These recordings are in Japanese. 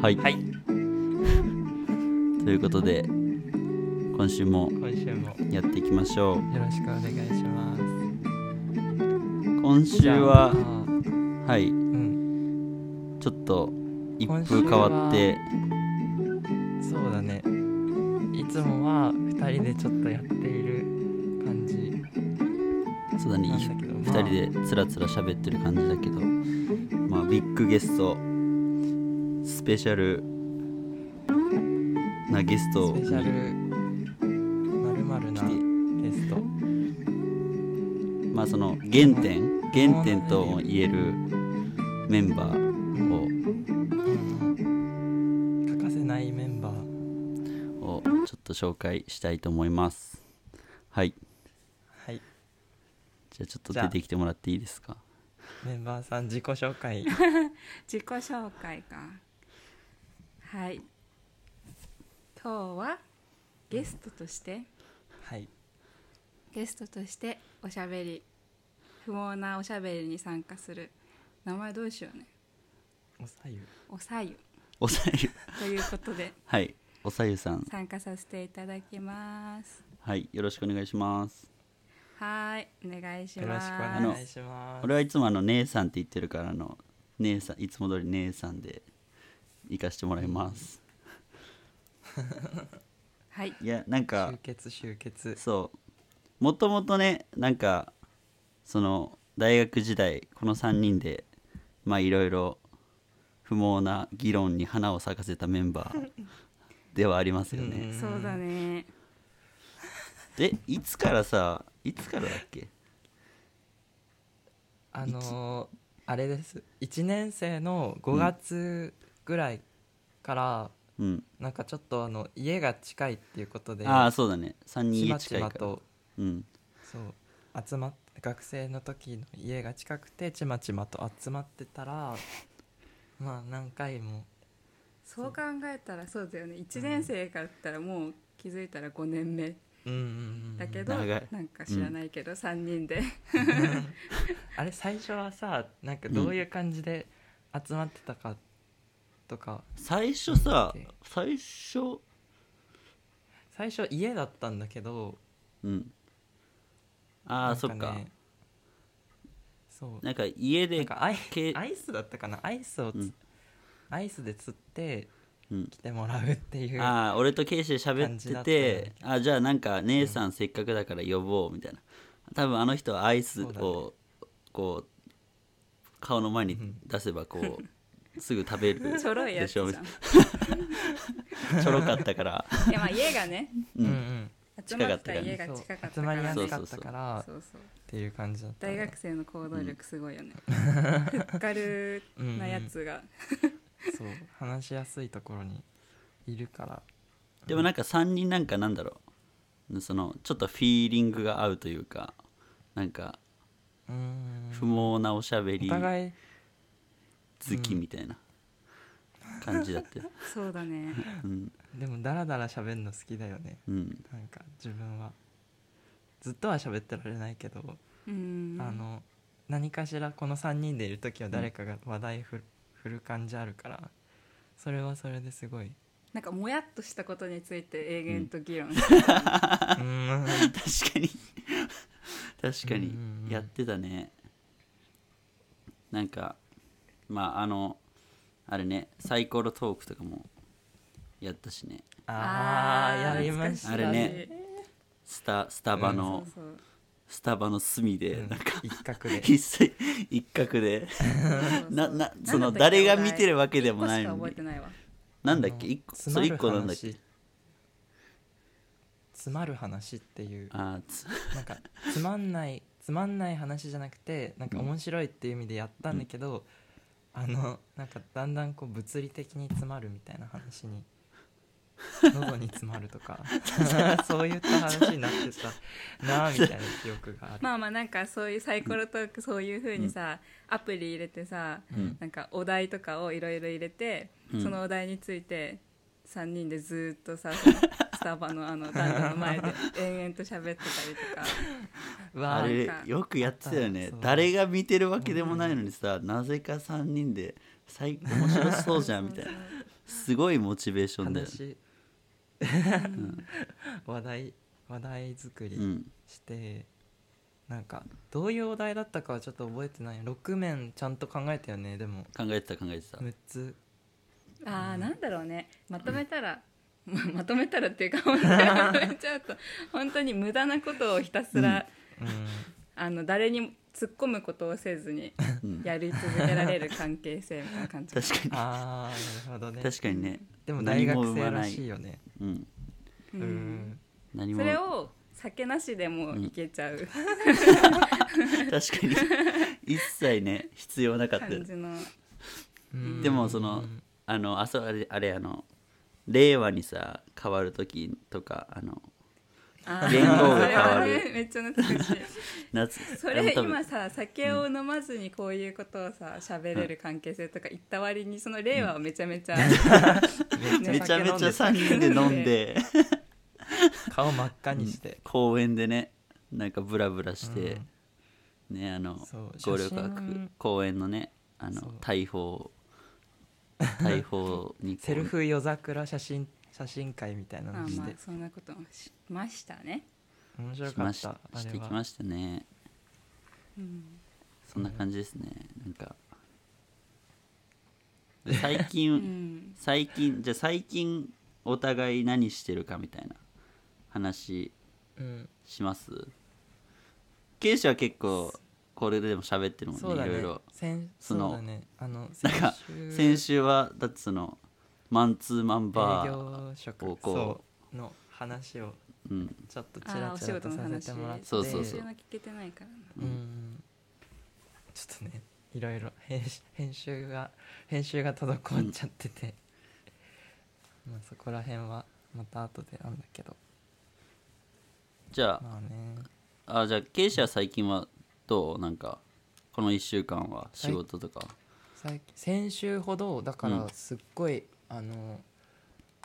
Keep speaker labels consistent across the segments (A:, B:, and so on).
A: はい、
B: はい
A: ということで今週も
B: 今週もよ
A: やっていきましょう
B: ろしくお願いします
A: 今週は
B: じゃあ
A: はい
B: うん
A: ちょっと一風変わって
B: そうだねいつもは2人でちょっとやっている感じ
A: そうだね
B: なんだけど、
A: 2人でつらつら喋ってる感じだけどまあビッグゲストスペシャルなゲスト
B: スペシャ
A: に
B: ルまるまるな
A: 来て
B: ゲスト
A: まあその原点原点とも言えるメンバー
B: 欠かせないメンバー
A: ををちょっと紹介したいと思いますはい
B: はい
A: じゃあちょっと出てきてもらっていいですか
B: メンバーさん自己紹 介
C: 自己紹介かはい今日はゲストとして
B: はい
C: ゲストとしておしゃべり不毛なおしゃべりに参加する名前どうしようね
B: おさゆ
C: おさゆ
A: おさ ゆ
C: ということで
A: はいおさゆさん
C: 参加させていただきます
A: はいよろしくお願いします
C: はいお願いし
B: よろしくお
C: ま
B: 願いします
A: 俺はいつもあの姉さんって言ってるからあの姉さんいつも通り姉さんで行かしてもらいます
C: すはい
A: いやなんか
B: 集結集結
A: そうもともとねなんかその大学時代この3人でまあいろいろ不毛な議論に花を咲かせたメンバーではありますよ
B: うん
A: ね。
C: そうだね
A: でいつからさいつからだっけ
B: あのーあれです1年生の5月ぐらいから、
A: うん
B: なんかちょっとあの家が近いっていうことで
A: ああそうだね3人
B: ち
A: 家
B: ま
A: 近い
B: ち
A: か
B: ま
A: ら
B: と
A: うん、
B: そう集まっ学生の時の家が近くてちまちまと集まってたらまあ何回も
C: そう考えたらそうだよね1年生からだったらもう気づいたら5年目
B: うんうんうん
C: だけど、
A: 長い
C: なんか知らないけど3人で
B: あれ最初はさなんかどういう感じで集まってたかとか、
A: 最初さ
B: なんだっけ
A: 最初
B: 最初家だったんだけど
A: うんああ、
B: なん
A: そっか
B: ねそう
A: なんか家
B: な
A: で
B: んかアイ
A: け
B: アイスだったかなアイスをつ、
A: うん
B: アイスで釣って
A: うん
B: 来てもらうっていう
A: ああ俺とケイシで喋
B: 感じ
A: っ
B: だった
A: て
B: よ
A: てあじゃあなんか姉さんせっかくだから呼ぼうみたいな多分あの人はアイス
B: そ
A: をこう顔の前に出せばこ うすぐ食べる
C: ちょろいや
A: で
C: つ
A: し
C: じゃ
A: ょ
C: ん
A: みたいなちょろかった から
C: いやまあ家がね
B: うんうん
C: 集まってた家が
B: そう
C: 近かっ
B: 集
C: たか
B: まり
C: ら
B: やす
C: ね
B: かったから
C: そうそう
B: っていう感じだったね
C: 大学生の行動力すごいよねふっかるなやつが
B: そう話しやすいところにいるから
A: でもなんか3人なんかなんだろうそのちょっとフィーリングが合うというかなんか
B: うーん
A: 不毛なおしゃべ
B: お
A: り好
B: 互い
A: きみたいな感じだ ったよ、
C: そうだね
A: うん
B: でもダラダラ喋るの好きだよね
A: うん、
B: なんか自分はずっとは喋ってられないけど、
C: うん
B: あの何かしらこの3人でいる時は誰かが話題ふ、振る感じあるからそれはそれですごい
C: なんかもやっとしたことについて永遠と議論
B: うーん
A: 確かに確かに
B: うんうんうん
A: やってたねなんかまああのあれねサイコロトークとかもやったしね
B: あー
C: ー
B: やりました
A: あれねスタスタバの、
C: そうそう
A: スタバの隅で、
B: うん
A: なんか
B: 一角 で
A: 一切一角で
C: そう
A: なな
C: そう
A: その
C: なんだっけ
A: 誰が見てるわけでもない
C: 一個し
A: の
C: か覚え
A: に
C: てないわ
A: なんだっけ一個
B: つ
A: そ
B: ま
A: れ
B: る
A: 一個なんだっけ
B: 話つまる話っていう
A: あーつ
B: なんかつまんないつまんない話じゃなくてなんか面白いっていう意味でやったんだけど、あのなんかだんだんこう物理的に詰まるみたいな話 に喉に詰まるとか そういった話になってたなあみたいな記憶がある、
C: まあまあなんかそういうサイコロトークそういうふうにさ、アプリ入れてさ、
A: ん
C: なんかお題とかをいろいろ入れて、
A: うん
C: そのお題について3人でずーっと さそのスタバのあの男女の前で延々と喋ってたり
B: う
A: あ
B: わあ
A: れ
C: なんか
A: よくやってたよね
B: そう
A: 誰が見てるわけでもないのにさなぜか3人で最面白そうじゃんみたいな
C: と
A: すごいモチベーションだよね、
B: 話話題話題作
A: う
B: り
A: ん、
B: して、なんかどういうお題だったかはちょっと覚えてない6面ちゃんと考えたよねでも
A: 考えてた考えてた、
B: 6つ
C: あーなんだろうねまとめたら、ま まとめたらっていうか本当にまとめちゃうと本当に無駄なことをひたすら、
B: うん
C: あの誰にも突っ込むことをせずに
A: うん、
C: やり続けられる関係性みたいな感じ
A: 確か
B: ああなるほど
A: に
B: ね
A: 確かにね
B: でも大学
A: 何も生ま
B: 生
A: な
B: ら
A: い
B: しいよね
A: うん
B: う
C: う
B: んん
A: 何
C: そ
A: も
C: れを酒なしでもいけちゃう
A: 確かに一切ね必要なかったよ
C: 感じの、
B: うん
A: でもそのあのあそうあれあれあの令和にさ変わる時とかあの
C: あー
A: 言語が変わる
C: それはねめっちゃ懐かしい
A: 夏
C: そ
A: あの
C: れ
A: 多分
C: 今さ酒を飲まずにこういうことをさ喋れる関係性とか言った割にその令和はめちゃめ ちゃ、
A: めちゃめ
B: 酒飲ん
A: ちゃ
B: で
A: 3人で飲ん で
B: 顔真っ赤にして、
A: 公園でねなんかブラブラして、ねあの
B: そう
A: 五稜
B: 写真
A: 郭公園のねあ
B: そう
A: の大 砲大砲にこう
B: セルフ夜桜写真写真会みたいな
C: まあ
B: のし
C: まあ
B: て、
C: そんなこともしましたね、
B: 面白
A: し
B: か
A: ま
B: っ
A: した
B: たあ
A: し
B: れ
A: てき
B: は
A: ましたね
C: うん
A: そんな感じですねなんかで最近、
C: うん
A: 最近じゃあ最近お互い何してるかみたいな話
B: うん
A: しますケイシは結構これでも喋ってるもんね
B: そうだ
A: いろ
B: ね
A: いろ
B: 先
A: その
B: そうだねあの
A: なんか先週はだってそのマンツーマンバ
B: 営
A: ー、
B: 業
A: をこ
B: 職そうの話を
A: うん、
B: ちょっとち
C: あー
B: ら
C: お
B: ち
C: 仕
B: ら
C: 事
B: と
C: の
B: させ
C: 話
B: てもらって
A: そうそうそう
C: 先週の聞けてないからな
B: うんちょっとねいろいろ編集編集が編集が滞っちゃってて、まあそこら辺はまた後でなんだけど
A: じゃ
B: まあね
A: ああじゃあケイシは最近はどうなんかこの1週間は仕事とか、
B: 最近先週ほどだか
A: うん
B: らすっごい、あの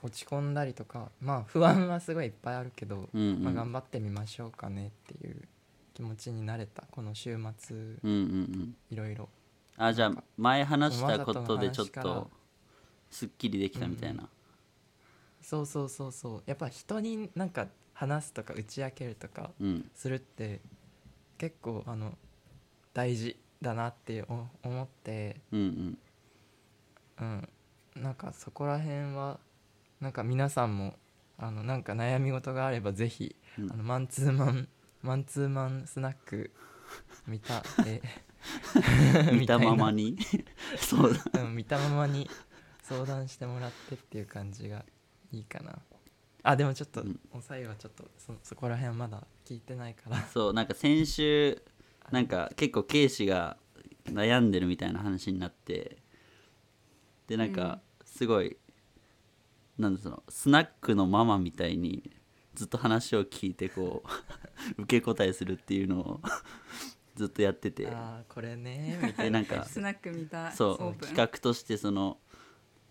B: 落ち込んだりとかまあ不安はすごいいっぱいあるけど、
A: うんうん
B: まあ、頑張ってみましょうかねっていう気持ちになれたこの週末
A: うんうんうん
B: いろいろ
A: あじゃあ前話し
B: わ
A: た
B: ざ
A: こと
B: の
A: とでちょっ
B: 話から
A: とすっきりできたみたいな、
B: そうそうそうそうやっぱ人になんか話すとか打ち明けるとか
A: うん、
B: するって結構あの大事だなってお思って、
A: うんうん
B: うん、なんかそこら辺はなんか皆さんもあのなんか悩み事があればぜひ、
A: うん
B: あのマンツーマンマンツーマンスナック見たで
A: 見たまま
B: に、
A: に そう だ
B: うん、見たままに相談してもらってっていう感じがいいかなあでもちょっと、
A: うん
B: おさゆはちょっとそそこら辺はまだ聞いてないから
A: そうなんか先週なんか結構ケイシが悩んでるみたいな話になってでなんかすごい、なんだそのスナックのママみたいにずっと話を聞いてこう 受け答えするっていうのを ずっとやってて
B: あーこれねみた
A: で
B: い
A: な
B: なん
A: か
C: スナック見た
A: そ
C: オー
A: う
C: プン
A: 企画としてその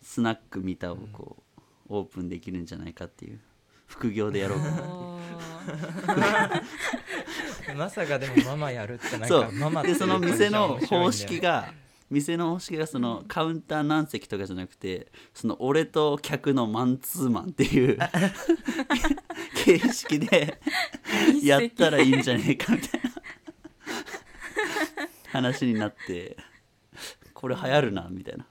A: スナック見たをこう、オープンできるんじゃないかっていう副業でやろうかな
C: おー
B: まさかでもママやるってなん
A: そ
B: か
A: う
B: ママってい
A: で
B: う
A: その店の
B: 感じが面
A: 方
B: 白い
A: 式
B: んだよね
A: が店の方式がそのカウンター何席とかじゃなくてその俺と客のマンツーマンっていう 形式で やったらいいんじゃねえかみた いな話になってこれ流行るなみたいな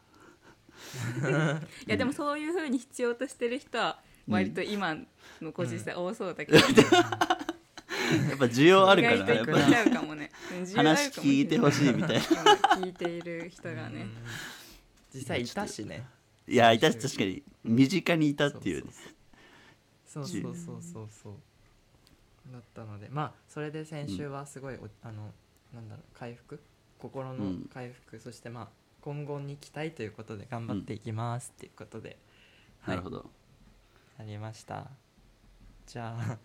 A: い
C: やでもそう いうふうに必要としてる人は割と今のご時世多そうだけ ど、
A: やっぱ需要ある
C: 意
A: か
C: 外
A: ら
C: と
A: やっ
C: 行
A: ぱ
C: っちゃうかもね
A: 話聞いてほ
C: しい
A: しいみたいな
C: 聞いている人がね
B: 実際いたしね
A: いやいた確かに身近にいたっていうね
B: そうそうそうそうそうだったのでまあそれで先週はすごいお、あのなんだろう回復心
A: う
B: の
A: ん
B: 回復、そしてまあ今後に期待ということで頑張っていきますっていうことで、
A: なるほど
B: なりましたじゃあ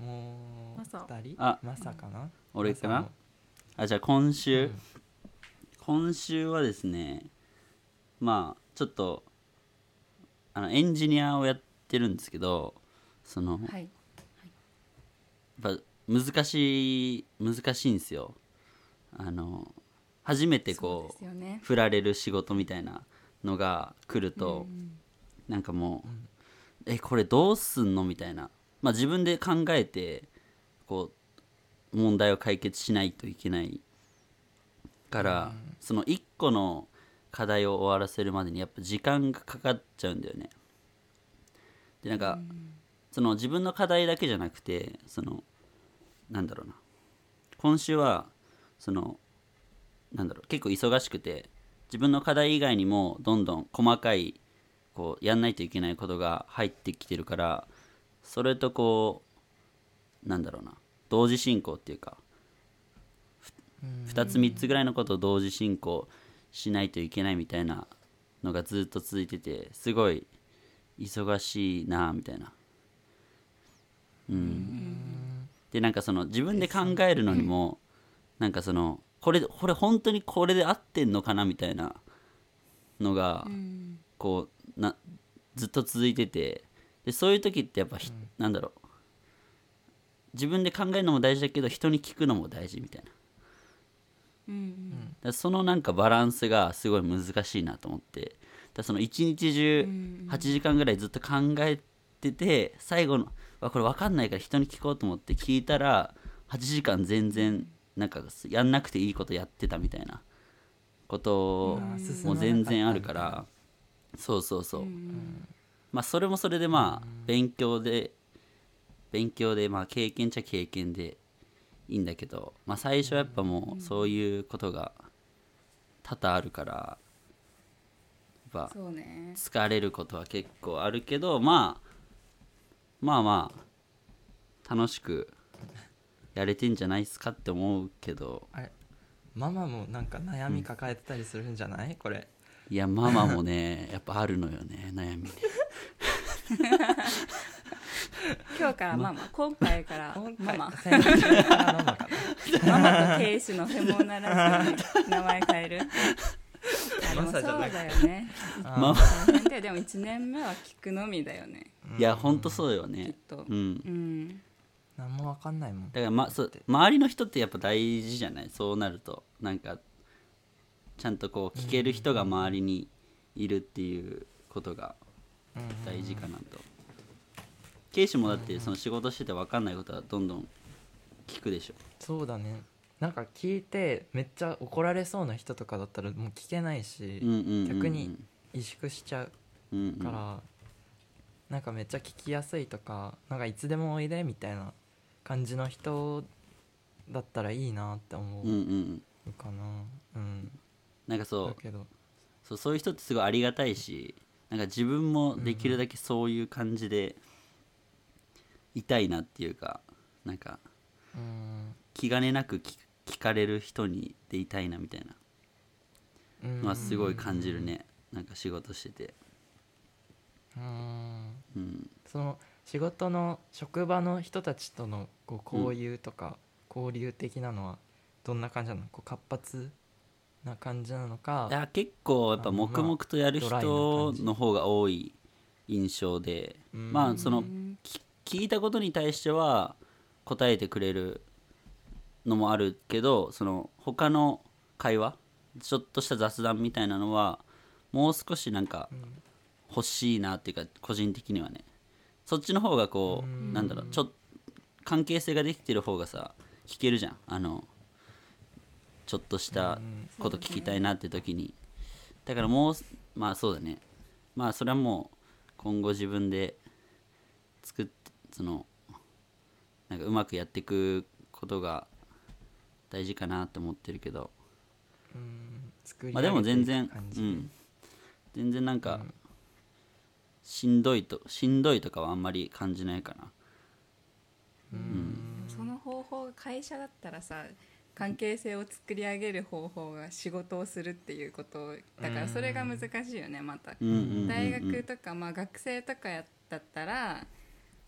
B: もう
C: マサ
B: 2人
A: あ
B: マサかな
A: 俺か
B: マ
A: な
B: サも
A: あじゃあ今週、
B: うん
A: 今週はですねまあちょっとあのエンジニアをやってるんですけどその、
C: はい
A: やっぱ難しい難しいんですよあの初めて
C: そう
A: こ
C: で
A: う
C: すよね
A: 振られる仕事みたいなのが来ると、
C: うん
A: なんかもう
B: うん
A: えこれどうすんのみたいな、まあ、自分で考えてこう問題を解決しないといけないから、その1個の課題を終わらせるまでにやっぱ時間がかかっちゃうんだよね。でなんか、その自分の課題だけじゃなくてそのなんだろうな今週はそのなんだろう結構忙しくて自分の課題以外にもどんどん細かいこうやんないといけないことが入ってきてるからそれとこうなんだろうな同時進行っていうか
B: うん
A: 2つ3つぐらいのことを同時進行しないといけないみたいなのがずっと続いててすごい忙しいなあみたいなうんでなんかその自分で考えるのにもなんかそのこれこれ本当にこれで合ってんのかなみたいなのがこうなずっと続いててでそういう時ってやっぱひ、なんだろう自分で考えるのも大事だけど人に聞くのも大事みたいなだからそのなんかバランスがすごい難しいなと思ってだからその一日中8時間ぐらいずっと考えてて最後のわこれ分かんないから人に聞こうと思って聞いたら8時間全然なんかやんなくていいことやってたみたいなこと
B: あー進
A: も
B: まなかったみたい
A: 全
B: な
A: 然あるからそうそうそう、まあそれもそれでまあ勉強で勉強でまあ経験っちゃ経験でいいんだけど、まあ、最初はやっぱもうそういうことが多々あるからやっぱ
C: そうね
A: 疲れることは結構あるけど、まあ、まあまあ楽しくやれてんじゃないっすかって思うけど
B: あれママもなんか悩み抱えてたりするんじゃない、これ
A: いやママもねやっぱあるのよね悩みね
C: 今日からママ今回から
B: 今
C: マ
B: 回
C: マ
B: 先週からママ かな
C: ママと亭主のフェモナラジオに名前変え るあでもそうだよね
A: ママ
C: 大変だよでも1年目は聞くのみだよね
A: いやほんとそうよね
C: きっと
A: うん
C: うん
B: 何もわかんないもん
A: だから、ま、そう周りの人ってやっぱ大事じゃないそうなるとなんかちゃんとこう聞ける人が周りにいるっていうことが大事かなとケイシもだってその仕事してて分かんないことはどんどん聞くでしょ
B: そうだねなんか聞いてめっちゃ怒られそうな人とかだったらもう聞けないし、
A: うんうんうんうん
B: 逆に萎縮しちゃう
A: うんうん
B: から、なんかめっちゃ聞きやすいとかなんかいつでもおいでみたいな感じの人だったらいいなって思
A: うんう
B: うんかなうん、
A: なんかそ
B: だ
A: う
B: けど
A: そうそういう人ってすごいありがたいしなんか自分もできるだけそういう感じでいたいなっていうかなんか
B: うん
A: 気兼ねなく聞聞かれる人にでいたいなみたいな
B: うん
A: のはすごい感じるねなんか仕事してて
B: うん
A: うん
B: その仕事の職場の人たちとのこう交友とか交流的なのはどんな感じなのこう活発な感じなのか
A: いや結構やっぱ黙々とやる
B: あまあドライな
A: 人
B: 感じ
A: の方が多い印象で
B: うん
A: まあその
C: うん
A: き聞いたことに対しては答えてくれるのもあるけどその他の会話ちょっとした雑談みたいなのはもう少しなんか
B: ん
A: 欲しいなっていうか個人的にはねそっちの方がこう
B: うん
A: なんだろうちょっ関係性ができてる方がさ聞けるじゃんあのちょっとしたこと聞きたいなって時にだからもうまあそうだねまあそれはもう今後自分で作ってそのなんかうまくやっていくことが大事かなと思ってるけど
B: うん作り
A: ま
B: 上
A: あでも
B: げて
A: 全然
B: いく感
A: う
B: じ
A: ん全然なんかしんどいとしんどいとかはあんまり感じないかな
C: その方法が会社だったらさ関係性を作り上げる方法が仕事をするっていうことだからそれが難しいよねまた、
A: うんうんうんうん
C: 大学とか、まあ、学生とかやだったら、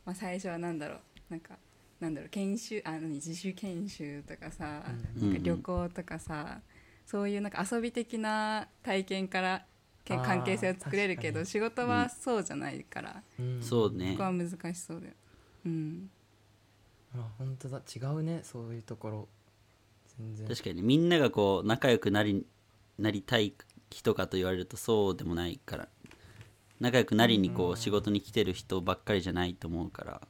C: まあ、最初は何だろうなんかなんだろう研修あ何自主研修とかさ、
A: うん
C: なんか旅行とかさそういうなんか遊び的な体験からけ
B: あー
C: 関係性を作れる
B: 確
C: け
B: か
C: ど
B: に
C: 仕事はそうじゃないから、
B: うん
A: そうね
C: そこは難しそうだよ。うん
B: あ本当だ違うねそういうところ全然
A: 確かにみんながこう仲良くなりなりたい人かと言われるとそうでもないから仲良くなりに
B: うん
A: こ
B: うん
A: う仕事に来てる人ばっかりじゃないと思うから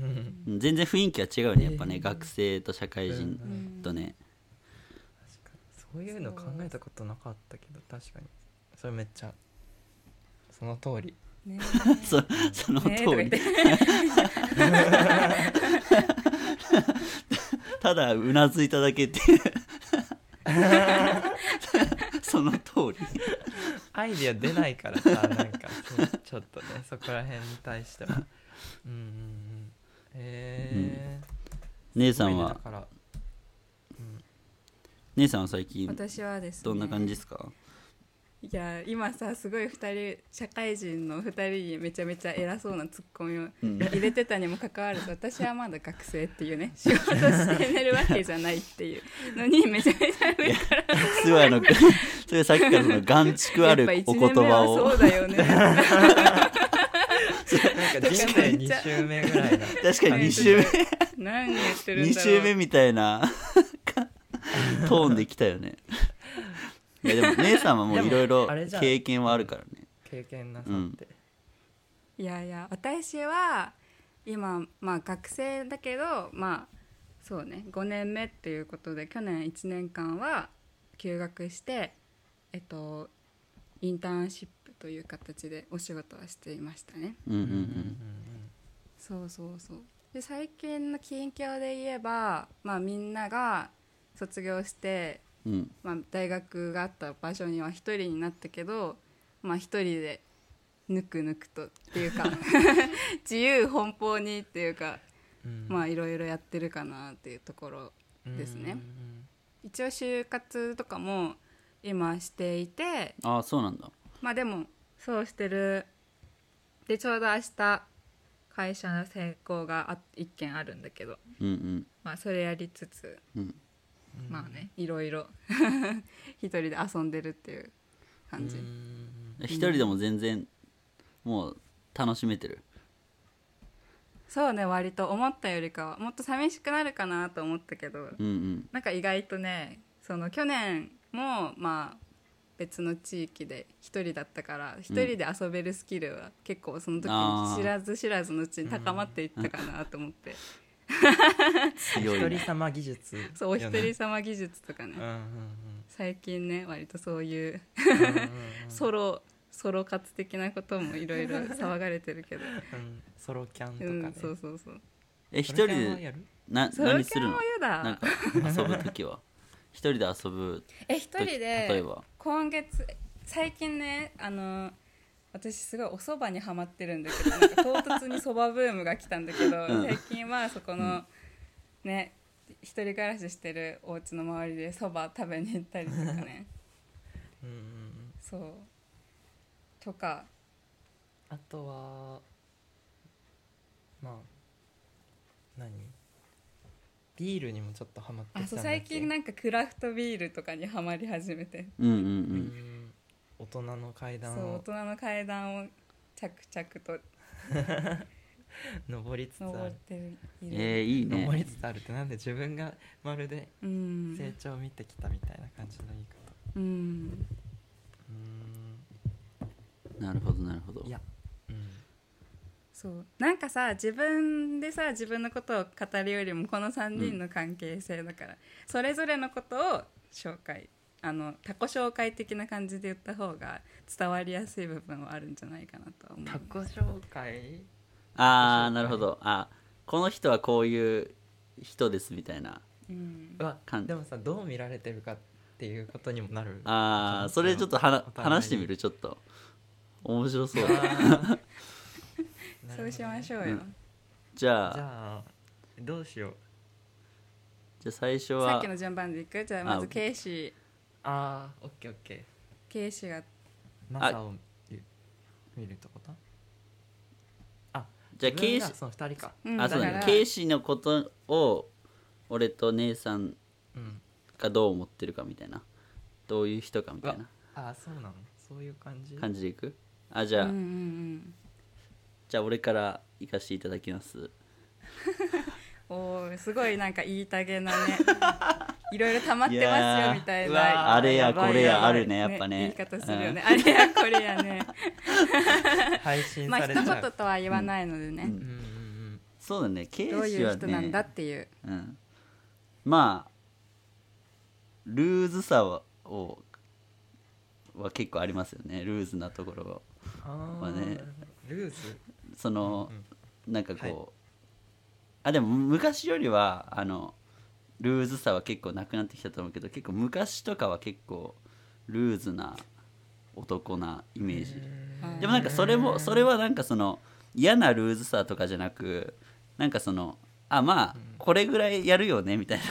B: うん
A: うん全然雰囲気は違うよねやっぱね、
B: えー
A: 学生と社会人
B: うんうん
A: とね、
B: 確かにそういうの考えたことなかったけど確かにそれめっちゃその通り
C: ね
A: そその通
C: ねとか言
A: り、
C: って
A: ただうなずいただけっていう その通り
B: アイディア出ないからさ なんかそうちょっとねそこら辺に対してはうんうんうんえ
A: 姉
B: ー、
A: さ
B: すごい
A: ん
B: ねだ
A: は
B: から
A: 姉さんは最近
C: 私はですね
A: どんな感じですか
C: いや今さすごい2人社会人の2人にめちゃめちゃ偉そうなツッコミを
A: うん
C: 入れてたにもかかわらず私はまだ学生っていうね仕事して寝るわけじゃないっていうのにめちゃめちゃ上から
A: すごいあの それさっきからその眼蓄あ
C: やっ
A: る
C: ぱ一
A: お
C: 年
A: 言
C: 目
A: 葉
C: は
A: を
C: そうだよね
B: なんか人生
C: めっちゃ
B: 2周目ぐらいな
A: 確かに2週目
C: 何言ってるん
A: 2
C: だろう
A: 週目みたいな トーンできた よねいやでも姉さんはもういろいろ
B: でもあれじゃん
A: 経験はあるからね
B: 経験なさって、
C: いやいや私は今、まあ、学生だけどまあそうね5年目っていうことで去年1年間は休学してえっとインターンシップという形でお仕事はしていましたね
A: うんうんう
B: うんうん
A: ん
C: そうそうそうで最近の近況で言えば、まあ、みんなが卒業して
A: うん
C: まあ、大学があった場所には一人になったけど、まあ、一人でぬくぬくとっていうか自由奔放にっていうか、
B: うん
C: まあ、いろいろやってるかなっていうところですね
B: うんうん
C: 一応就活とかも今していて
A: ああそうなんだ
C: まあでもそうしてるでちょうど明日会社の選考があ一件あるんだけど、
A: うんうん
C: まあ、それやりつつ、
A: うん
B: うん
C: まあねいろい ろ一人で遊んでるっていう感じ。
B: うん
A: 一人でも全然もう楽しめてる
C: そうね割と思ったよりかはもっと寂しくなるかなと思ったけど、
A: うんうん
C: なんか意外とねその去年もまあ別の地域で一人だったから一人で遊べるスキルは結構その時
A: あー
C: に知らず知らずのうちに高まっていったかなと思って、
A: 強
B: 一
A: い
B: 人
A: ね
B: 様技術よね
C: そうお一人様技術とかね、
B: うんうん
C: 最近ね割とそういう
B: うんうんうんうん
C: ソロソロ活的なこともいろいろ騒がれてるけど、
B: うんソロキャンと
C: う
B: かね
C: ん、そうそうそう
A: え一人
B: ソロキャンは
A: で
B: やる
A: な
C: ソロ
A: 何
C: キ
A: す
C: ャ
A: る
C: ン
A: の
C: は嫌だ
A: なんか遊ぶ時は一人で遊ぶ
C: え一人
A: 時
C: で
A: 例えば
C: 今月最近ねあの私すごいお蕎麦にハマってるんだけどなんか唐突に蕎麦ブームが来たんだけど、
A: うん
C: 最近はそこの、ね一人暮らししてるお家の周りで蕎麦食べに行ったりとかね
B: うんうんうん
C: そうとか
B: あとはまあ何ビールにもちょっとハマって
C: あ
B: きたん
C: そ
B: だっ
C: う
B: け
C: 最近なんかクラフトビールとかにハマり始めて
A: うんうんう
B: うんん大人の階
C: そ
B: 段
C: う大
B: を
C: 人の階段を着々と
B: 登りつつあ
C: 登っ
B: る
C: てるいる、
A: えー、いい
B: 登
A: ね
B: りつつあるってなんで自分がまるで
C: うん
B: 成長を見てきたみたいな感じの言い方
C: うん
B: うん
A: なるほどなるほど
B: いやうん
C: そうなんかさ自分でさ自分のことを語るよりもこの3人の関係性だから、それぞれのことを紹介あの他己紹介的な感じで言った方が伝わりやすい部分はあるんじゃないかなとは思う
B: 他己紹介
A: ああなるほどあこの人はこういう人ですみたいな
C: うん
B: は
A: かん
B: でもさどう見られてるかっていうことにもなる
A: あーそれちょっとはな話してみるちょっと面白そう
B: あー
C: そうしまし
B: ょ
C: ょう
A: う
C: よ、
A: んじゃあ
B: じ
A: じゃあ
B: ゃあどうしよう
A: 最初
C: さ
A: は
C: っきの順番でいくじゃあまず
A: あ
C: ケイシ
B: ああオッケーオッケ
C: ーケイシーが
B: ーマサを見見るってことあ
A: じゃあ
B: 自分
A: ケイ
B: が
A: シ
B: その二人か
C: うん
A: あそうだ
C: だ
A: ね
C: から
A: ケイシーのことを俺と姉さん
B: うん
A: がどう思ってるかみたいなどういう人かみたいな
B: ああそうなのそういう感じ
A: 感じでいくあじゃあ、
C: うんうんうん
A: じゃあ俺から行かせていただきます
C: おーすごいなんか言いたげなねいろいろ溜まってますよみたい
B: いやーう
C: な
B: わ
A: あれやこ
B: ばい
A: れや
B: ば
A: あ
B: い
A: るねやっぱね
C: 言い方するよね、あれやこれやね
B: 配信
C: まあ
B: さ
C: 一
B: れちゃう、
C: 言とは言わないのでね、
B: うんうん
A: うんそうだね経営
C: どう
A: 士
C: いう
A: は
C: 人なん
A: ね
C: だっていう、
A: うん、まあルーズさはをは結構ありますよねルーズなところを
B: うん、
A: ま
B: あ
A: あ
B: ー、
A: ね
B: ルーズ
A: その、なんかこう、
B: はい
A: あでも昔よりはあのルーズさは結構なくなってきたと思うけど結構昔とかは結構ルーズな男なイメージでもなんかそれもそれはなんかその嫌なルーズさとかじゃなくなんかそのあまあこれぐらいやるよねみたいな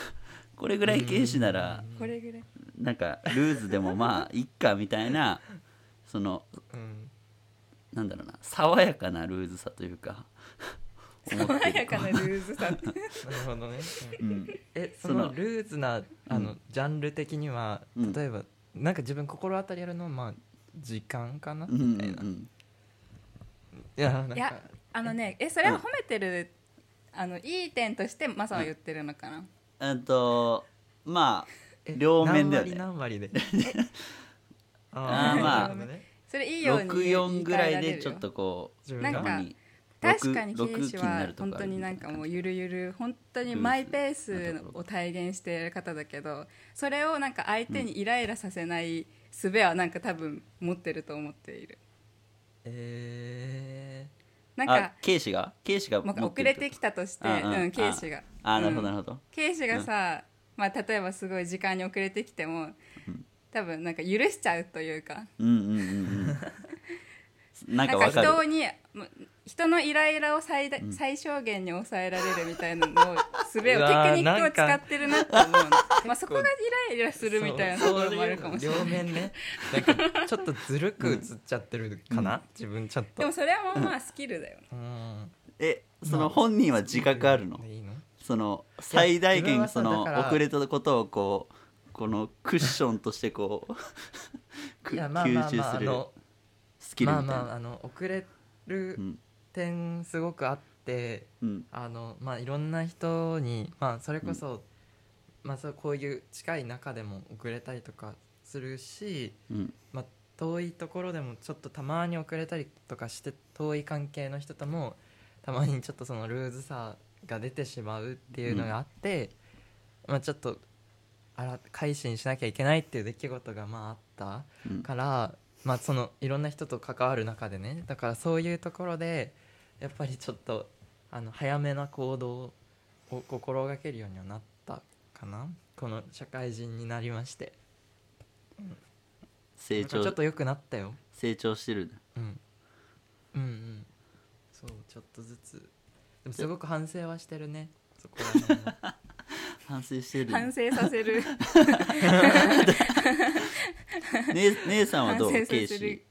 A: これぐらい軽視なら
C: これぐらい
A: なんかルーズでも まあいっかみたいなその
B: うん
A: なんだろうな爽やかなルーズさという か思って
C: 爽
A: る
C: やかなルーズさ って
B: なるほどね、
A: う
B: うん
A: ん
B: えそ
A: その
B: のルーズなあの、ジャンル的には
A: うん
B: 例えば、なんか自分心当たりやるのはまあ時間かな
A: うんう
B: みたいな、い
A: ん
B: やなんか
C: いやあのねえそれは褒めてる、あのいい点としてマサは言ってるのかな、
A: うんうんとまあ
B: え
A: 両面だよね
B: 何割何割で
A: あーまあ
B: なるほどね
C: それいいように言
A: 64
C: い
A: ぐら
C: 換え
A: い
C: られ
A: で
C: る
A: ちょっ
C: よ
A: とこう
B: 自分
A: た
B: が
C: なんか
A: まに
C: 確かに
A: 六
C: 兵士
A: 六期にな
C: は
A: るとこあ
C: 本
A: る
C: 当になんかもうゆるゆる本当に
A: ルーズ
C: マイペースを体現している方だけどそれをなんか相手にイライラさせない術はなんか多分持ってると思っている
B: え
C: なん
A: あ
C: か
A: 軽視が軽視が
C: まあ
A: 持っ
C: 遅
A: てる
C: れ
A: と
C: てきたとして
A: ああ
C: うん
A: あ
C: 警視が
A: あなるほど
C: う
A: なんるほど
C: 警視がさまあ例えばすごい時間に遅れてきても多分なんか許しちゃうというか
A: うんうんうん うんなん
C: な
A: か
C: んか
A: わかる
C: 人にま人のイライラを最大最小限に抑えられるみたいなのを術をテクニ
B: うわー
C: ック
B: な
C: を
B: んか
C: 使ってるなって思うの、まあ、そこがイライラす
B: ー、
C: るみたいなところもあるかもしれない
B: そうそういう両面ねなんかちょっとずるく映っちゃってるかな、自分ちょっと
C: でもそれはまあスキルだよ、
B: うん
A: えその本人は自覚あるの
B: いいの
A: その最大
B: 自分
A: 限
B: はさ
A: その
B: だから
A: 遅れたことをこうこのクッションとしてこうく
B: いやまあまあ
A: 吸収
B: まあ
A: す
B: あ
A: る
B: の
A: スキル
B: まあ
A: みたい
B: まあ
A: な
B: あの遅れる
A: うん
B: 点すごくあって、
A: うん
B: あのまあいろんな人にまあそれこそ、まあそうこういう近い中でも遅れたりとかするし、
A: うん
B: まあ、遠いところでもちょっとたまに遅れたりとかして遠い関係の人ともたまにちょっとそのルーズさが出てしまうっていうのがあって、まあちょっとあら改心しなきゃいけないっていう出来事がまああ
A: うん
B: ったから、まあそのいろんな人と関わる中でねだからそういうところでやっぱりちょっとあの早めな行動を心がけるようにはなったかなこの社会人になりまして
A: 成
B: なんかちょっ
A: 長
B: と良くなったよ
A: 成長してる
B: うん、うんうんそうちょっとずつでもすごく反省はしてるねそこら辺 は
A: 反省してる
C: 反省させる
A: 姉姉さんは
C: 反
A: どう
C: 省さ
A: 軽
C: せる
A: 視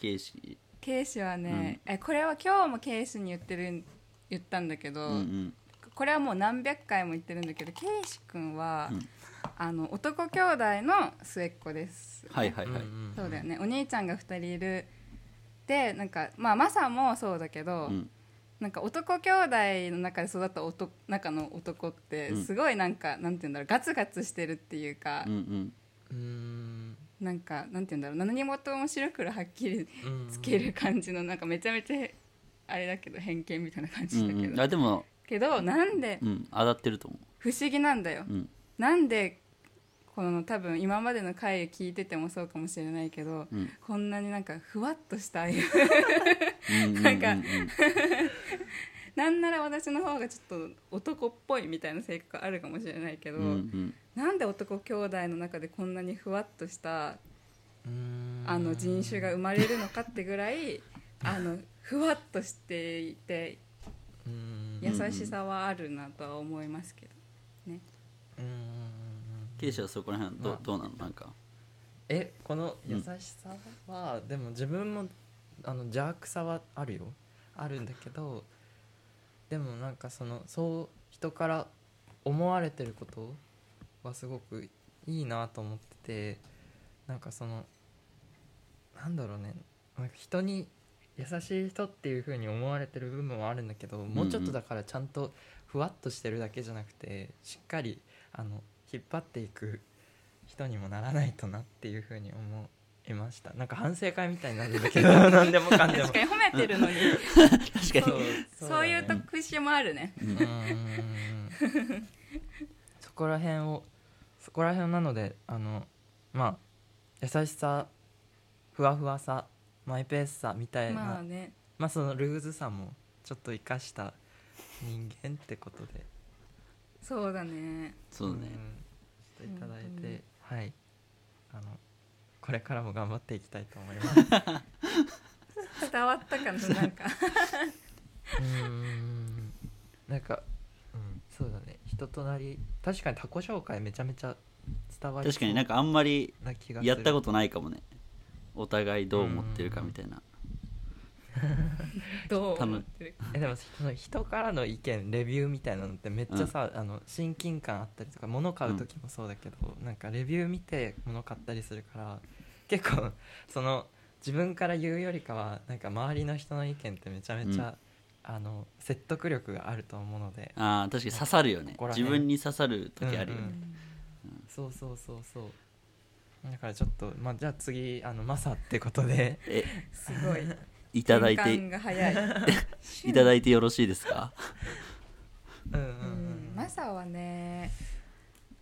A: 軽視
C: 警視はね、えこれは今日も警視に言ってる言ったんだけど、
A: うんうん
C: これはもう何百回も言ってるんだけど警視くんは、
A: うん
C: あの男兄弟の末っ子です
A: はいはいはい
B: うん
C: そうだよねお兄ちゃんが2人いるでなんかまあマサもそうだけど、
A: うん
C: なんか男兄弟の中で育った男中の男って
A: うん
C: すごいなんか、なんて言うんだろうガツガツしてるっていうか、
A: うんうん
B: うん
C: なんかなんて言うんだろう何事も白黒はっきり
B: うん
C: つける感じのなんかめちゃめちゃあれだけど偏見みたいな感
A: う
C: じだけど、
A: んうんあでも
C: けどなんで
A: うん当たってると思
C: 不思議なんだよ
A: ううん
C: なんでこの多分今までの回聞いててもそうかもしれないけど、
A: うん
C: こんなになんかふわっとしたああいう
A: うんうん
C: なんか
A: うんうん
C: なんなら私の方がちょっと男っぽいみたいな性格あるかもしれないけど、
A: うんうん
C: なんで男兄弟の中でこんなにふわっとした
B: うん
C: あの人種が生まれるのかってぐら いあのふわっとしていて
B: うん
C: 優しさはあるなとは思いますけどね。
B: うん
A: 軽視はそこら辺はど,、
B: まあ
A: どうなのなんか
B: えこの優しさは、でも自分もあの邪悪さはあるよあるんだけどでもなんかそのそう人から思われてることはすごくいいなと思っててなんかそのなんだろうねなんか人に優しい人っていう風に思われてる部分はあるんだけどもうちょっとだからちゃんとふわっとしてるだけじゃなくてしっかりあの引っ張っていく人にもならないとなっていうふうに思いましたなんか反省会みたいになるんだけど何でもかんでも
C: 確かに褒めて るのに
A: 確か
C: そう
A: に
C: そういう
B: と
C: 特集もあるね
A: うん
B: そこら辺をそこら辺なのであのまあ優しさふわふわさマイペースさみたいな、ま
C: まあ
B: あ
C: ね
B: そのルーズさもちょっと生かした人間ってことで
C: そうだね
A: そうだね
B: うんちょっといただい
C: 本当に
B: てはいあのこれからも頑張っていきたいと思います
C: 伝わったか ななんか
B: うんなんか、うん、そうだね人となり確かに他己紹介めちゃめちゃ伝わり
A: 確かになん
B: か
A: かあんまり
B: な気がする
A: やったことないかもねお互いどう思ってるかみたいな
C: どう思ってる
B: えでもその人からの意見レビューみたいなのってめっちゃさ、あの親近感あったりとか物買う時もそうだけど、なんかレビュー見て物買ったりするから結構 その自分から言うよりかはなんか周りの人の意見ってめちゃめちゃ、あの説得力があると思うので、
A: あー確かに刺さるよね
B: ここら
A: 自
B: 辺
A: 分に刺さる時あるよ
B: う
A: ね、
B: んそうそうそうそうだからちょっと、まあ、じゃあ次あのマサってこと で
A: え
C: すごい
A: いただい
C: 転換
A: て
C: が早い
A: いただいてよろしいですか
B: うんうん、う
C: うん
B: ん
C: マサはね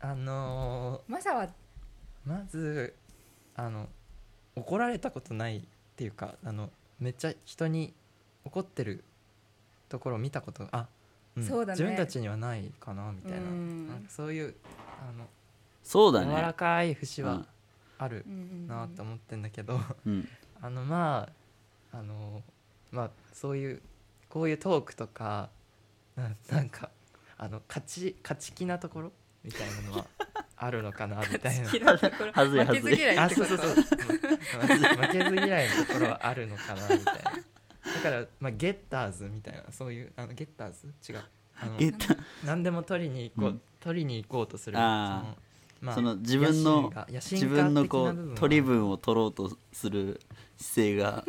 B: あのー
C: マサは
B: まずあの怒られたことないっていうかあのめっちゃ人に怒ってるところを見たことあ、ん
C: そうだね
B: 自分たちにはないかなみたいな,、
C: うん
B: なんかそういうあの
A: そうだ
B: 柔ら
A: ね、
B: かい節
A: う
B: は
A: ん
B: ある
C: うんうんうん
B: なと思ってんだけど、
A: うん、
B: あのまああのまあそういうこういうトークとか ななんかあの勝ち勝ち気なところみたいなのはあるのかなみたいな。
C: 嫌いなところ
A: はずいはずい
C: 負けず嫌いっ
B: あ
C: て
B: そ
C: こ
B: うそう
C: と
B: そう 負けず嫌いのところはあるのかなみたいなだから、まあ、ゲッターズみたいなそういうあのゲッターズ違うあの
A: えっと
B: 何でも取りに行こう、
A: うん
B: 取りに行こうとする
A: あ
B: その,、ま
A: その自分の
B: 野心
A: 自
B: 家
A: 分のこ
B: 野心家的な部分
A: う
B: は
A: 取り分を取ろうとする姿勢 が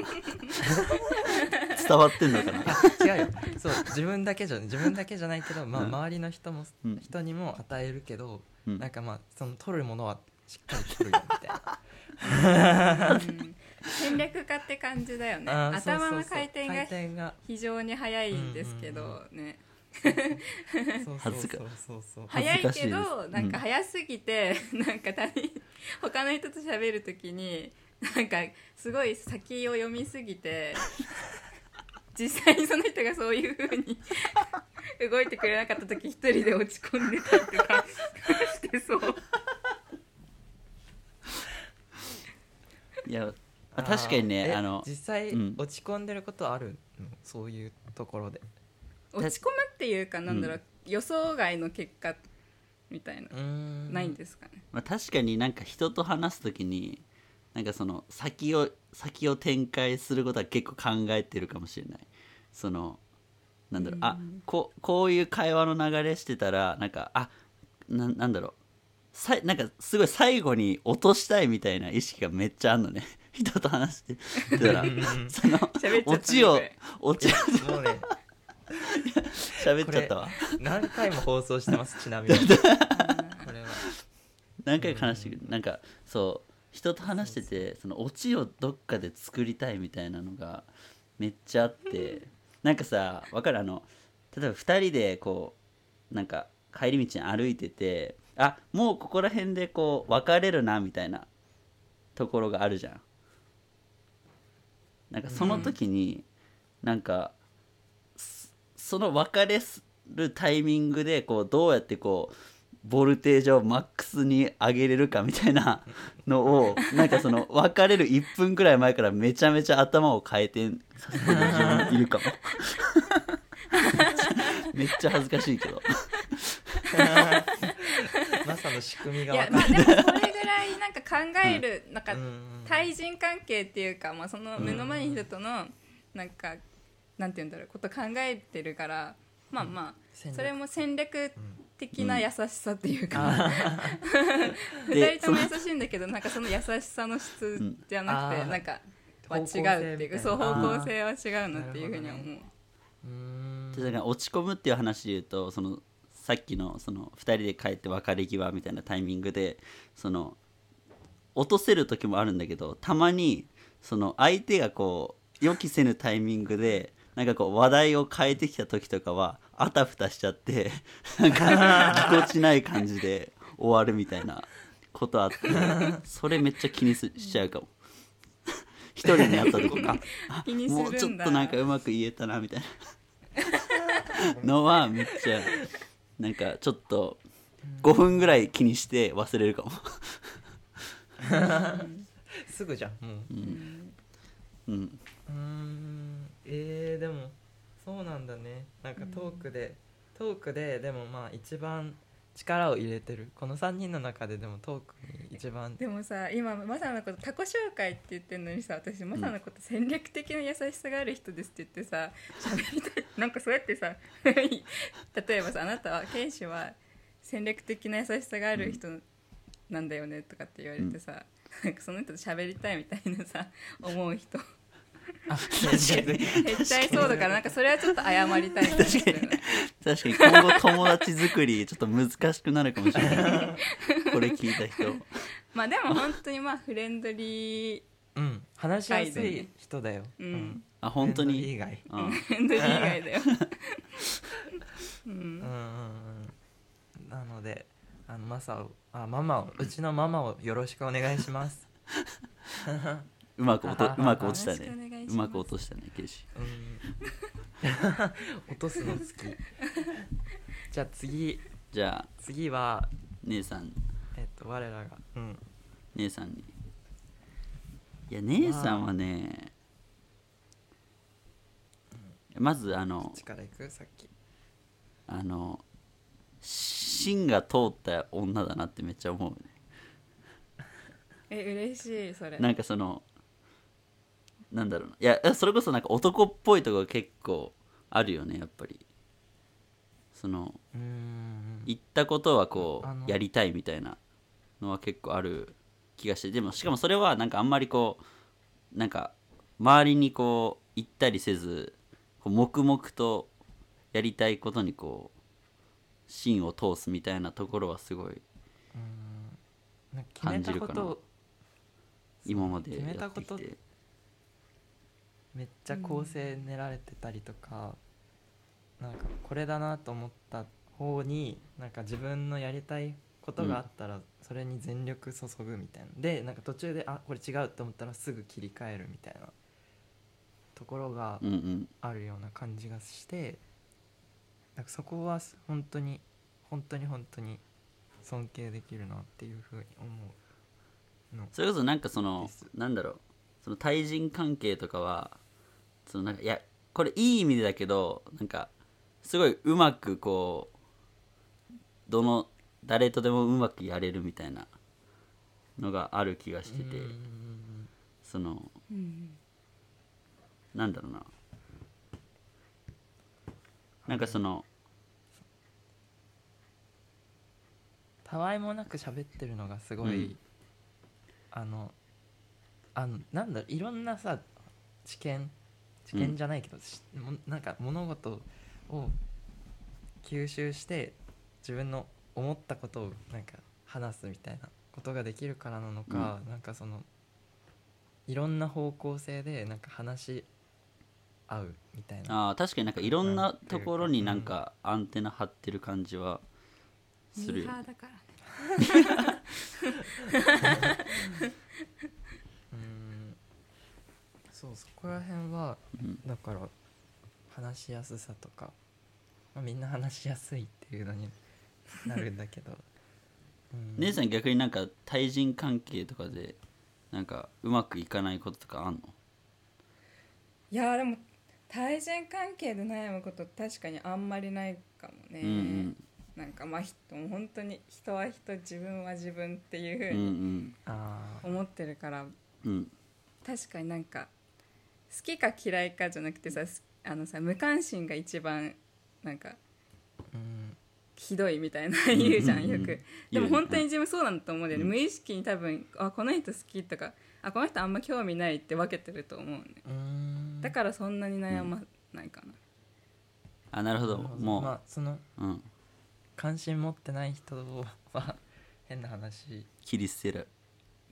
A: 伝わってんのかな
B: 違うよそう自分だけじゃ自分だけじゃないけど、まあ、
A: うん
B: 周りの人も、
A: うん
B: 人にも与えるけど、
A: うん
B: なんかまあその取るものはしっかり取るよみ たいな
C: うん戦略家って感じだよね
B: あーそうそう
C: 頭
B: そう
C: の回転
B: 回
C: が
B: 転が
C: 非常に早いんですけどね
B: そうそう
A: 恥ずか
B: そうそう
A: 恥
C: 早
A: ず
C: い
A: かしい
C: け
A: です
C: どなんか早すぎて なんか他人他の人と喋るときになんかすごい先を読みす ぎて実際にその人がそういう風に 動いてくれなかった時一人で落ち込んでたりとか してそう
A: いやあ
B: あー
A: 確かにね
B: え
A: あの
B: 実際
A: うん
B: 落ち込んでることあるの、そういうところで
C: 落ち込むっていうかなんだろう、予想外の結果みたいな、ないん
B: す
C: ですかね
A: まあ、確かになんか人と話す時になんかその先を先を展開することは結構考えてるかもしれないそのなんだろう、あここういう会話の流れしてたらなんかあななんだろうさいなんかすごい最後に落としたいみたいな意識がめっちゃあんのね 人と話しててたら その
C: 喋っちゃったね
A: オチを
C: これ
A: 落ちを
B: もうね
A: 喋っちゃったわ
B: 何回も放送し てますちなみにこれは
A: 何回か話してくる、なんかそう人と話しててそのオチをどっかで作りたいみたいなのがめっちゃあってなんかさわかるあの例えば2人でこうなんか帰り道に歩いててあもうここら辺でこう別れるなみたいなところがあるじゃん。なんかその時に、なんかすその別れするタイミングでこうどうやってこうボルテージをマックスに上げれるかみたいなのをなんかその別れる1分くらい前からめちゃめちゃ頭を回転させてる自分いるかもめっちゃ恥ずかしいけど
B: まさの仕組み
C: い
B: が
C: や
B: 分か
C: ま
B: る
C: あでもそれぐらいなんか考える、なんか
B: うん
C: 対人関係っていうか、まあ、その目の前に人とのなんかなんて言うんだろうこと考えてるからまあまあ
B: 戦略
C: それも戦略的な優しさっていうか、
B: あ
C: 2
A: で
C: 人とも優しいんだけどなんかその優しさの質じゃなくて、
B: うん
C: なんか
B: あ
C: は違
B: ー
C: うっていう
B: 方向性
C: かそ
B: み
C: う
B: たいな
C: 方向性は違うなっていうふうには思う、
B: うーん
A: でだから落ち込むっていう話で言うとそのさっきのその2人で帰って別れ際みたいなタイミングでその落とせる時もあるんだけどたまにその相手がこう予期せぬタイミングでなんかこう話題を変えてきた時とかはあたふたしちゃってなん かぎこちない感じで終わるみたいなことあってそれめっちゃ気にすしちゃうかも 一人になった時にあ
C: 気にするん
A: も
C: だ
A: うちょっとなんかうまく言えたなみたい なのはめっちゃなんかちょっと5分ぐらい気にして忘れるかも、
B: すぐじゃんもう
A: うん、
B: うーんえー、でもそうなんだねなんかトークで、トークででもまあ一番力を入れてるこの3人の中ででもトークに一番
C: でもさ今マサのこと他己紹介って言ってるのにさ私マサのこと戦略的な優しさがある人ですって言ってさ喋り たいなんかそうやってさ 例えばさあなたは剣士は戦略的な優しさがある人なんだよねとかって言われてさ、なんかその人と喋りたいみたい なさ思う人
B: あ
A: 確かに
C: 絶対そうだからなんかそれはちょっと謝りたいな
A: 確かに確かに今後友達作りちょっと難しくなるかもしれないこれ聞いた人
C: まあでも本当にまあフレンドリー
B: うん話しやすい人だよ、
C: うん
A: あ本当
B: フレンドリー以
A: に
B: 外
A: うん
C: フレンドリー以外だよ、う
B: うん
C: ん
B: うんうんうんなのであのマサをあママをうちのママをよろしくお願いします
A: うまく落とうま く落ちた
C: よろしくお願い
A: ね
C: しま
A: う
C: す
A: まく落としたねケイシ
B: うん落とすの好きじゃあ次
A: じゃあ
B: 次は
A: 姉さん
B: えっと我らがうん
A: 姉さんにいや姉さんはねまずあの
B: 力いくさっき
A: あの芯が通った女だなってめっちゃ思うね
C: え嬉しいそれ
A: なんかそのなんだろうないやそれこそなんか男っぽいとこが結構あるよねやっぱりその
B: うーん
A: 言ったことはこ
B: あの
A: うやりたいみたいなのは結構ある気がしてでもしかもそれはなんかあんまりこうなんか周りにこう言ったりせずこう黙々とやりたいことにこう芯を通すみたいなところはすごい
B: なんか決めたこ
A: 感じるかな
B: と
A: 今まで
B: 決め
A: や
B: た
A: っ
B: こ
A: てき
B: と
A: て
B: めっちゃ構成練られてたりとか、なんかこれだなと思った方になんか自分のやりたいことがあったらそれに全力注ぐみたいな、でなんか途中であこれ違うと思ったらすぐ切り替えるみたいなところが
A: うんうん
B: あるような感じがしてなんかそこは本当に本当に本当に尊敬できるなっていうふうに思うの。
A: それこそなんかその
B: です
A: なんだろうその対人関係とかはそのなんかいやこれいい意味でだけどなんかすごいうまくこうどの誰とでもうまくやれるみたいなのがある気がしてて
B: うん
A: その
C: うん
A: なんだろうななんかその
B: たわいもなく喋ってるのがすごい、
A: うん
B: あのあのなんだろういろんなさ知見知見じゃないけど、しもなんか物事を吸収して自分の思ったことをなんか話すみたいなことができるからなのか、なんかそのいろんな方向性でなんか話し合うみたいな
A: あー確かになんかいろんなところになんかアンテナ張ってる感じは
C: ミ
A: する
C: ー
A: よ
C: ハ
A: ね
C: ーだからね
B: うんそうそこら辺は
A: うん
B: だから話しやすさとか、まあ、みんな話しやすいっていうのに なるんだけど、うん
A: 姉さん逆になんか対人関係とかでなんかうまくいかないこととかあんの
C: いやーでも対人関係で悩むこと確かにあんまりないかもね、
A: うんうん
C: なんかまあ人もう本当に人は人自分は自分っていうう
A: う
C: んふうに
A: ん
B: あー
C: 思ってるから、
A: うん
C: 確かになんか好きか嫌いかじゃなくてさすあのさ無関心が一番なんか
B: うん
C: ひどいみたいな言うじゃんよ
A: うんうんう
C: く
A: ん
C: でも本当に
A: うん
C: 自分そうなんだと思うんだよね、
A: うん
C: 無意識に多分あこの人好きとかあこの人あんま興味ないって分けてると思うね
B: うん
C: だからそんなに悩まないかな、
A: あなるほど
B: なるほど
A: もう、
B: まあその
A: うん
B: 関心持ってない人は変な話
A: 切り捨てる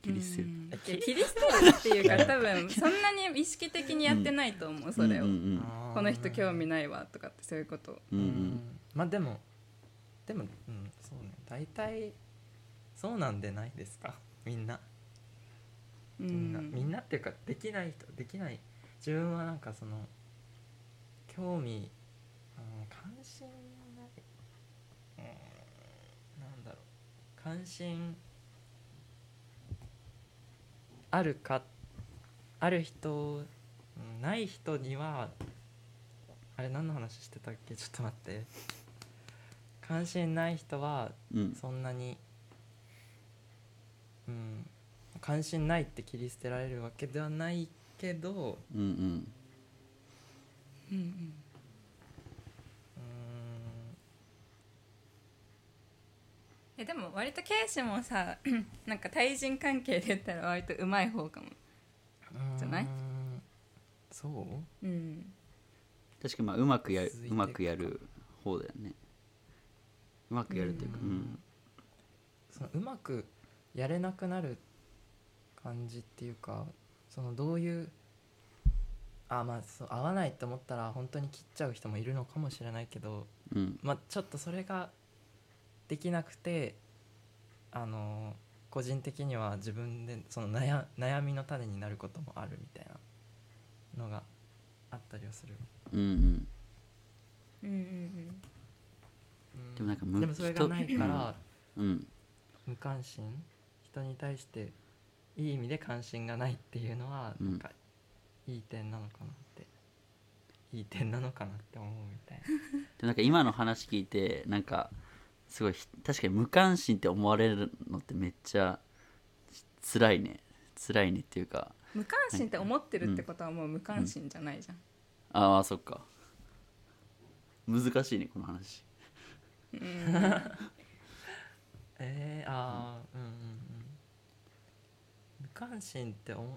A: 切り捨てる、
C: うんいや切り捨てるっていうか多分そんなに意識的にやってないと思うそれを、
A: うんうん
B: こ
C: この人興味ないわとかってそういうこと
A: うんう
B: うんんまあでもでも、うん、そうね大体そうなんでないですかみんな
C: う
B: みんな、みん
C: ん
B: なっていうかできない人できない自分はなんかその興味、うん、関心ない、うん、なんだろう関心あるかある人うんない人にはあれ何の話してたっけちょっと待って関心ない人は
A: うん
B: そんなにうん関心ないって切り捨てられるわけではないけど
A: うんうん
B: うー
C: うん
B: ん
C: えでも割とケイシもさ なんか対人関係で言ったら割とうまい方かもじゃないう
B: ーんそう
C: うん
A: 確かにまあうまくやる
B: 続いていく
A: うまくやる方だよねうまくやるというかう
B: うんんそのうまくやれなくなる感じっていうかそのどういうあまあそう合わないと思ったら本当に切っちゃう人もいるのかもしれないけど
A: うん
B: まあ、ちょっとそれができなくてあの個人的には自分でその悩悩みの種になることもあるみたいなのがあったりはする、
A: うんうん
C: うんう
B: う
C: ん
B: ん
A: でもなんかむ
B: でもそれがないから
A: うん
B: 無関心人に対していい意味で関心がないっていうのは
A: うん
B: なんかいい点なのかなって、いい点なのかなって思うみたいな
A: でなんか今の話聞いてなんかすごいひ確かに無関心って思われるのってめっちゃ辛いね辛いねっていうか
C: 無関心って思ってるってことはもう無関心じゃないじゃん、
A: ああそっか難しいねこの話
B: えー、あーうんうんうん無関心って思う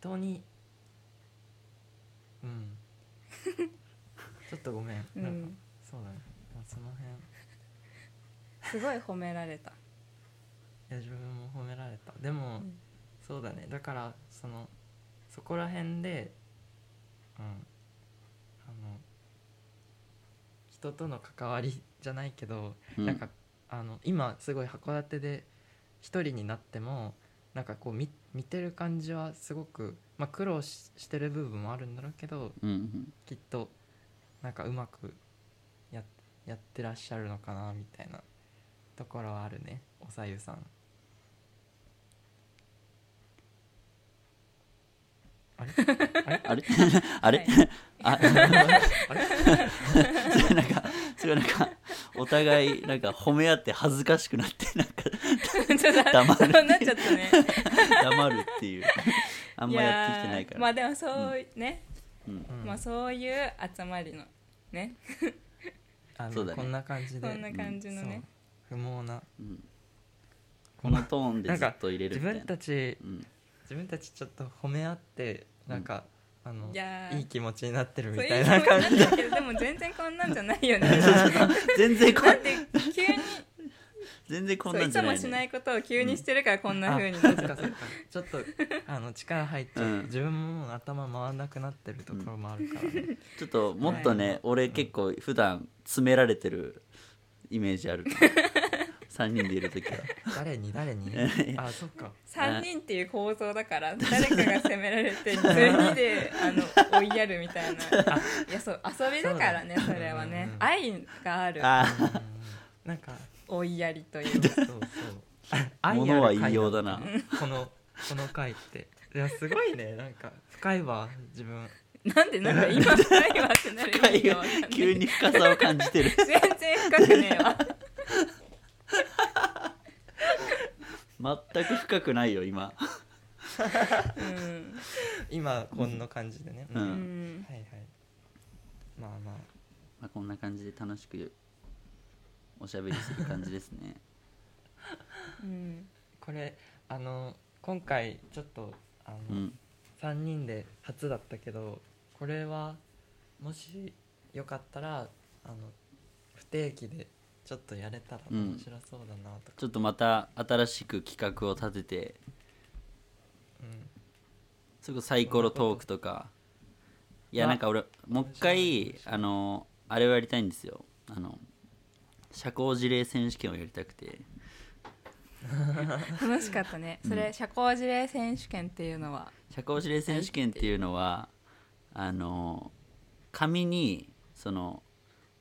B: 人にうん ちょっとごめん、
C: うん
B: なんかそうだねまあその辺い
C: すごい褒めら れた
B: や自分も褒められたでも、
C: うん
B: そうだねだからそのそこら辺でうんあの人との関わりじゃないけど、
A: うん
B: なんかあの今すごい函館で一人になってもなんかこう見見てる感じはすごく、まあ、苦労ししてる部分もあるんだろうけど
A: うんうん
B: きっとなんかうまくややってらっしゃるのかなみたいなところはあるねおさゆさん。あれ あ れ
A: あれあれ、
C: は
A: あ
B: あれ
A: それなんかそれなんかお互いなんか褒め合って恥ずかしくなってなんか
C: いちょっと
A: 黙る
C: そうなっちゃったね
A: 黙るっていう あんまやってきてないか
C: やーま
A: ら
C: あでもそういうね、
A: うん
B: うん
C: まあそういう集まりのね
B: あの
A: そうだね
B: こんな感じで
C: こんな感じのね、
B: そう不毛な
A: うんこのトーンでずっと入れるみ
B: 自
A: たい
B: 分
A: な
B: たち
A: うん
B: 自分たちちょっと褒め合ってなんか、あの
C: いやー
B: いい気持ちになってるみ
C: そう
B: た
C: い
B: いうな感
C: 気持ちなんだけどでも全然こんなんじゃないよね
A: 全然こ
C: なんで急に
A: 全然こん
C: そう
A: ないんじ
C: つ
A: ゃな
C: も
A: い、
C: しな
A: ね、
C: いことを急にしてるからこん
B: じ
C: な風にな
B: そ
C: っ
B: っ
C: ちゃ
B: か
C: う
B: そっかちょっとあの力入っちゃう、
A: うん
B: 自分ももう頭回んなくなってるところもあるからね、
A: ちょっともっとね、俺結構普段詰められてるイメージあ る3人でいる時は
B: 誰に誰にあそっか
C: 3人っていう構造だから誰かが責められて全員であの追いやるみたいないやそう遊びだからね
B: そ
C: そう
B: だね
C: れは
B: う
C: ね
B: んうん
C: 愛がある
A: あ
B: うんな んか
C: 追いやりという
B: そうそう
A: あ
B: 愛
A: ものは
B: ある
A: 言
B: 回
A: いようだな
B: このこの回っていやすごいねなんか深いわ自分
C: なんでなんか今深いわってなる意味がわか んない
A: 急に深さを感じてる
C: 全然深くねえわ
A: 全く深くないよ今
C: うん
B: 今こんな感じでね、
A: うん
C: うん
B: はいはいまあまあ
A: まあ、こんな感じで楽しくおしゃべりする感じですね
C: うん
B: これあの今回ちょっとあの、
A: うん
B: 3人で初だったけどこれはもしよかったらあの不定期でちょっとやれたら
A: うん
B: 面白そうだなとか、
A: ちょっとまた新しく企画を立てて
B: うん
A: それこそサイコロトークとかいや
B: まあ
A: なんか俺もう一回あのあれをやりたいんですよあの社交辞令選手権をやりたくて
C: 楽しかったねそれ、社交辞令選手権っていうのは
A: 社交辞令選手権っていうのはあの紙にその、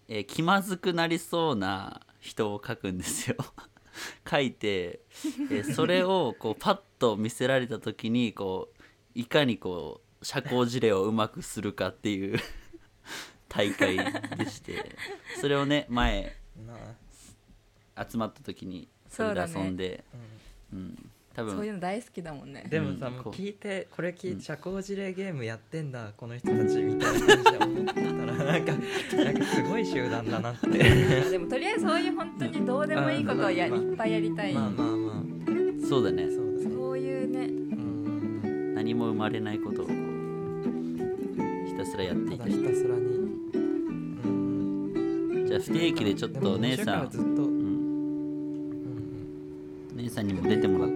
A: えー気まずくなりそうな人を書くんですよ 書いて、えーそれをこうパッと見せられた時にこういかにこう社交辞令をうまくするかっていう 大会でしてそれをね前
B: まあ、
A: 集まった時にそ
C: そう
A: れ
C: だ
A: で
C: ね
A: 遊んで
B: う
A: う、ん、多
C: そうい
A: 分
C: うの大好きだもんね
B: ん、でもさ、
A: うん
B: もう
A: こう
B: 聞いてこれ聞
A: う
B: い
A: ん
B: 社交辞令ゲームやってんだこの人たちみたいな感じで思ってたらなんかなんかすごい集団だなって
C: でもとりあえずそういう本当にどうでもいいことをや
B: うん
C: いっぱいやりたい、
B: まあまあまあ
A: そうだね
B: そうだね
C: そういうね
B: うん
A: 何も生まれないことをこうひたすらやってい
B: た
A: た
B: だひたすらに、うん、
A: じゃあ不定期でちょっと姉さ
B: でも途中からずっ
A: ん、
B: と、
A: う
B: う
A: んん、姉さんにも出てもらって、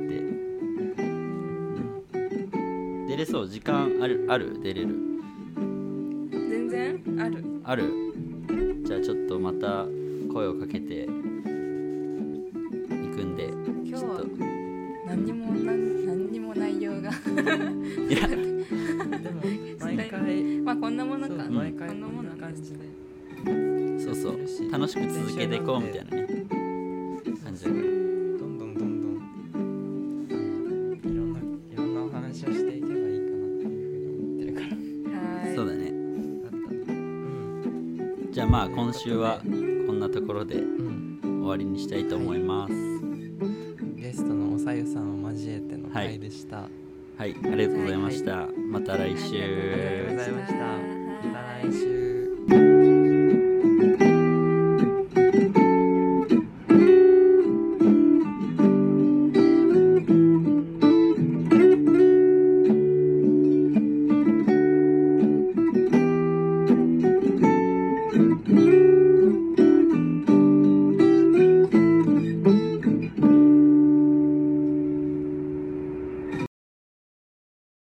A: うん、出れそう時間あるある出れる
C: 全然ある
A: あるじゃあちょっとまた声をかけていくんで
C: 今
A: ち
C: 日
A: ょ
C: は
A: っ
C: 何にもなん何にも内容が
A: といや
B: うんでも毎回
C: まあこんなもの
B: そ
C: か
B: う
C: こ
B: 毎回こ
C: んなもの
B: んな
C: なん
B: 感
C: です
B: じで
A: そうそう楽しく続けていこうみたいなね感じだから
B: どんどんどんどんあのいろんないろんなお話をしていけばいいかなっていうふうに思ってるから
C: はい
A: そうだね
B: うん
A: じゃあまあ今週はこんなところで
B: うん
A: 終わりにしたいと思います、
B: ゲストのおさゆさんを交えての回でし
A: は
B: た、
A: い、ありがとうございました。また来
C: ありがとうご
A: 週
C: ざいま。
B: ありがとうございました
C: はい
B: また来週